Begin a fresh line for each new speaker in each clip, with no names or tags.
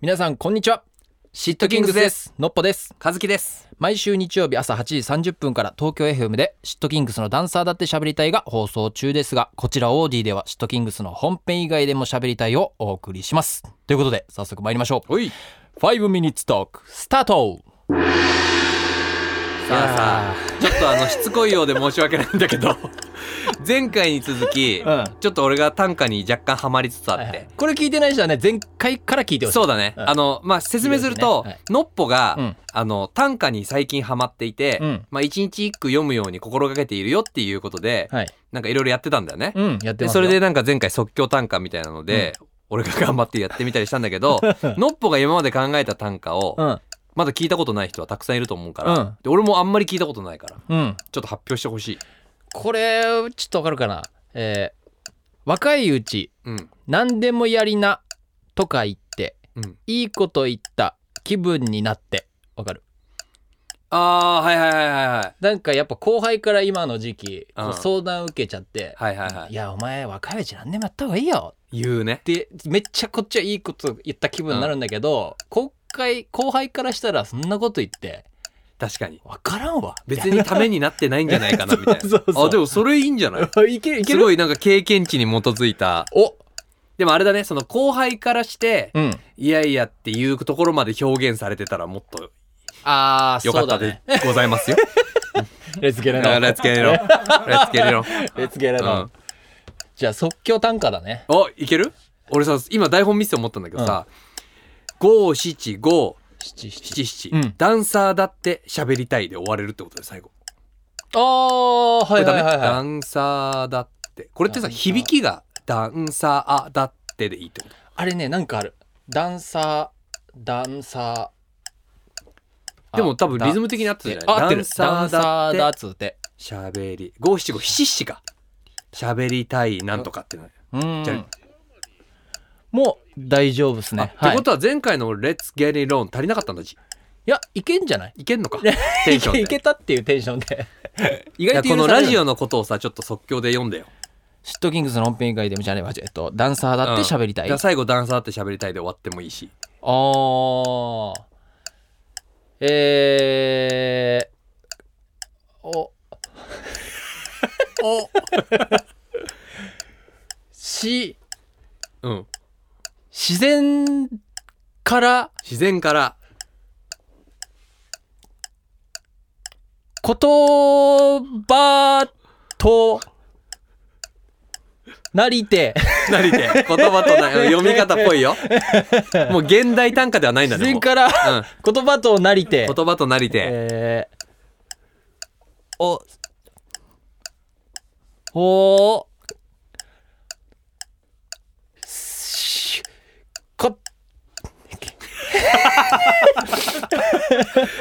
皆さんこんにちはシットキングスですのっぽです
和樹です
毎週日曜日朝8時30分から東京 FM でシットキングスのダンサーだって喋りたいが放送中ですがこちらオーディではシットキングスの本編以外でも喋りたいをお送りしますということで早速参りましょう
おい
5ミニッツトークスタート
さあさあちょっとあのしつこいようで申し訳ないんだけ ど前回に続き、
うん
ちょっと俺が短歌に若干ハマりつつあって、
これ聞いてない人はね前回から聞いてほしい
そうだね、
うん
あのまあ説明すると、
いいです
のっぽが、
うん
あの短歌に最近ハマっていて、
うん
まあ一日一句読むように心がけているよっていうことで、
はい
なんかいろいろやってたんだよね、
うんやって
で
ます
そ
よ
れでなんか前回即興短歌みたいなので、俺が頑張ってやってみたりしたんだけどのっぽが今まで考えた短歌を、
うん
まだ聞いたことない人はたくさんいると思うから、
うん
で俺もあんまり聞いたことないから
うん
ちょっと発表してほしい。
これちょっとわかるかなえー若いうち
うん。
何でもやりなとか言って
うん。
いいこと言った気分になってわかる
ああー、はいはいはいはいはい。
なんかやっぱ後輩から今の時期、こう
うん
相談受けちゃって
はいはいはい
いやお前若いうち何でもやった方がいいよ」
言うね。
ってめっちゃこっちはいいこと言った気分になるんだけど、後輩後輩からしたらそんなこと言って
確かに。
分からんわ
別にためになってないんじゃないかな、みたいな。
そうそうそう
あ、でもそれいいんじゃない
いけるいけ
す
る
ごいなんか経験値に基づいた。
お
でもあれだね、その後輩からして、
うん
いやいやっていうところまで表現されてたらもっと
ああ
良
そ
か
う
っ
だ
た
ね
でござ いますよ。
レッツゲレ
だから
の
レッツゲ レロ。レッツゲレロ。
レッツゲレ
う
の、
ん
じゃあ即興短歌だね
お、いける俺さ、今台本見せて思ったんだけどさ、五七五
七七
七七
うん、
ダンサーだって喋りたいで終われるってことで最後。
ああはいはいはい
ダ
はい
ンサーだってこれって
ダ
さ
ンサー
響きがダンサーだってでいいってこと
あれねなんかあるダンサーダンサー
でも多分リズム的に合ってたじゃない
あ合ってる
ダ
ダ
ン
ン
サ
サー
ーだ
だ
っ
っつって
しゃべり五七五七七かしゃべりたいなんとかってなる
うん
じゃ
もう大丈夫です
あ
ね
って
はい
ことは前回の「Let's Get It On」足りなかったんだじ
いやいけんじゃない
いけんのかテ
い
ンション
け
で
いけたっていうテンション で意
いや
外と
このラジ
オ
オのことをさちょっと即興で読んでよ
シットキングスの本編以外でもじゃねえわえっとダンサーだって喋りたい、
うんだから
あ
最後「ダンサーってしゃべりたい」で終わってもいいし
ーえー、お
お
し
うん
自然から
自然から
言葉となりて
なりて言葉とな読み方っぽいよもう現代短歌ではないんだ
自
ねも
然
う
から
うん
言葉となりて
言葉となりて、
えー、お、おー、し、こ、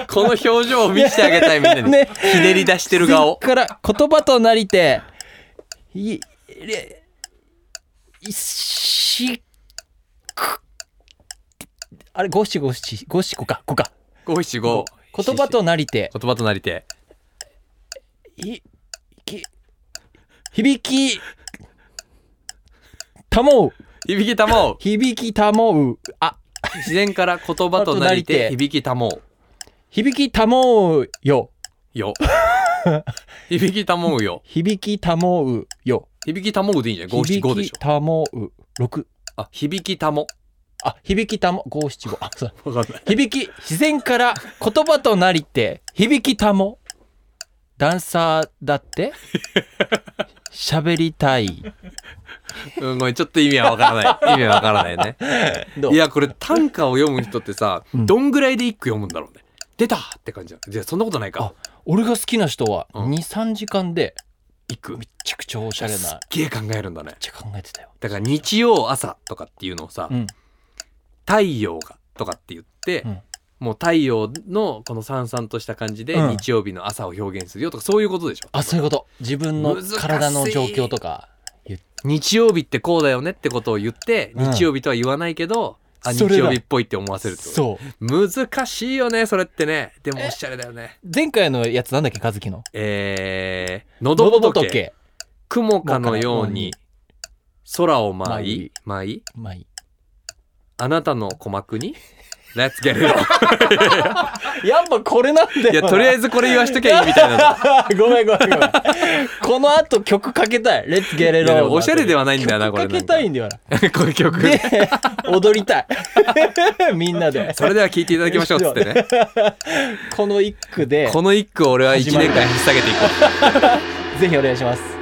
この表情を見せてあげたいみんなに、
ね
ひねり出してる顔
から言葉となりて、い、れ、いし、く、あれ、五七五七、五七五か、五か。
五七五
言葉となりて、
言葉となりて
い、き、響き、たもう。
響きたもう
響きたもう、あ、
自然から言葉
言
となりて
葉となりて
響きたも
響きたもうよ、
うよ響きたもうよ
響きたもうよ、
響きたもうでいいんじゃない五七五で
響
し
き
ょ
たもう六、
あ響きたも
あ、響きたも五七五、あ、そう。
わかんない
響き自然から言葉となりて響きたも、ダンサーだって、喋りたい。
うんごめんちょっと意味はわからない意味はわからないね
どう
いやこれ短歌を読む人ってさ、
うん
どんぐらいで一句読むんだろうね出たって感じじゃんいやそんなことない
あ
か
俺が好きな人は
うん
二三時間で
一句
めちゃくちゃおしゃれな、め
すっ
っ
げえ考えるんだね
ちゃ考えてたよ。
だから日曜朝とかっていうのをさ、
うん、
太陽がとかって言って、
うん
もう太陽のこのさんさんとした感じで
うん
日曜日の朝を表現するよとかそういうことでしょ
あ、そういうこと。自分の体の状況とか。
日曜日ってこうだよねってことを言って
うん
日曜日とは言わないけど、あ日
それだ
曜日っぽいって思わせるってこと
そう。
難しいよねそれってねでもおしゃれだよね
前回のやつなんだっけ和樹の
えー、喉仏雲かのように空を舞い舞い
まあいい
あなたの鼓膜に Let's get it
やっぱこれなんだよ。
いやとりあえずこれ言わしときゃいいみた いな
ごめんごめんごめん。この後曲かけたい。レッツゲレ
いやで
ロ
もおしゃれではないんだよな
曲かけ
これなんか
たいんだよな。
この曲
で、踊りたい。 みんなで。
それでは聴いていただきましょうっ つってね
この一句で、
この一句を俺は1年間引っ提げていこう
ぜひお願いします。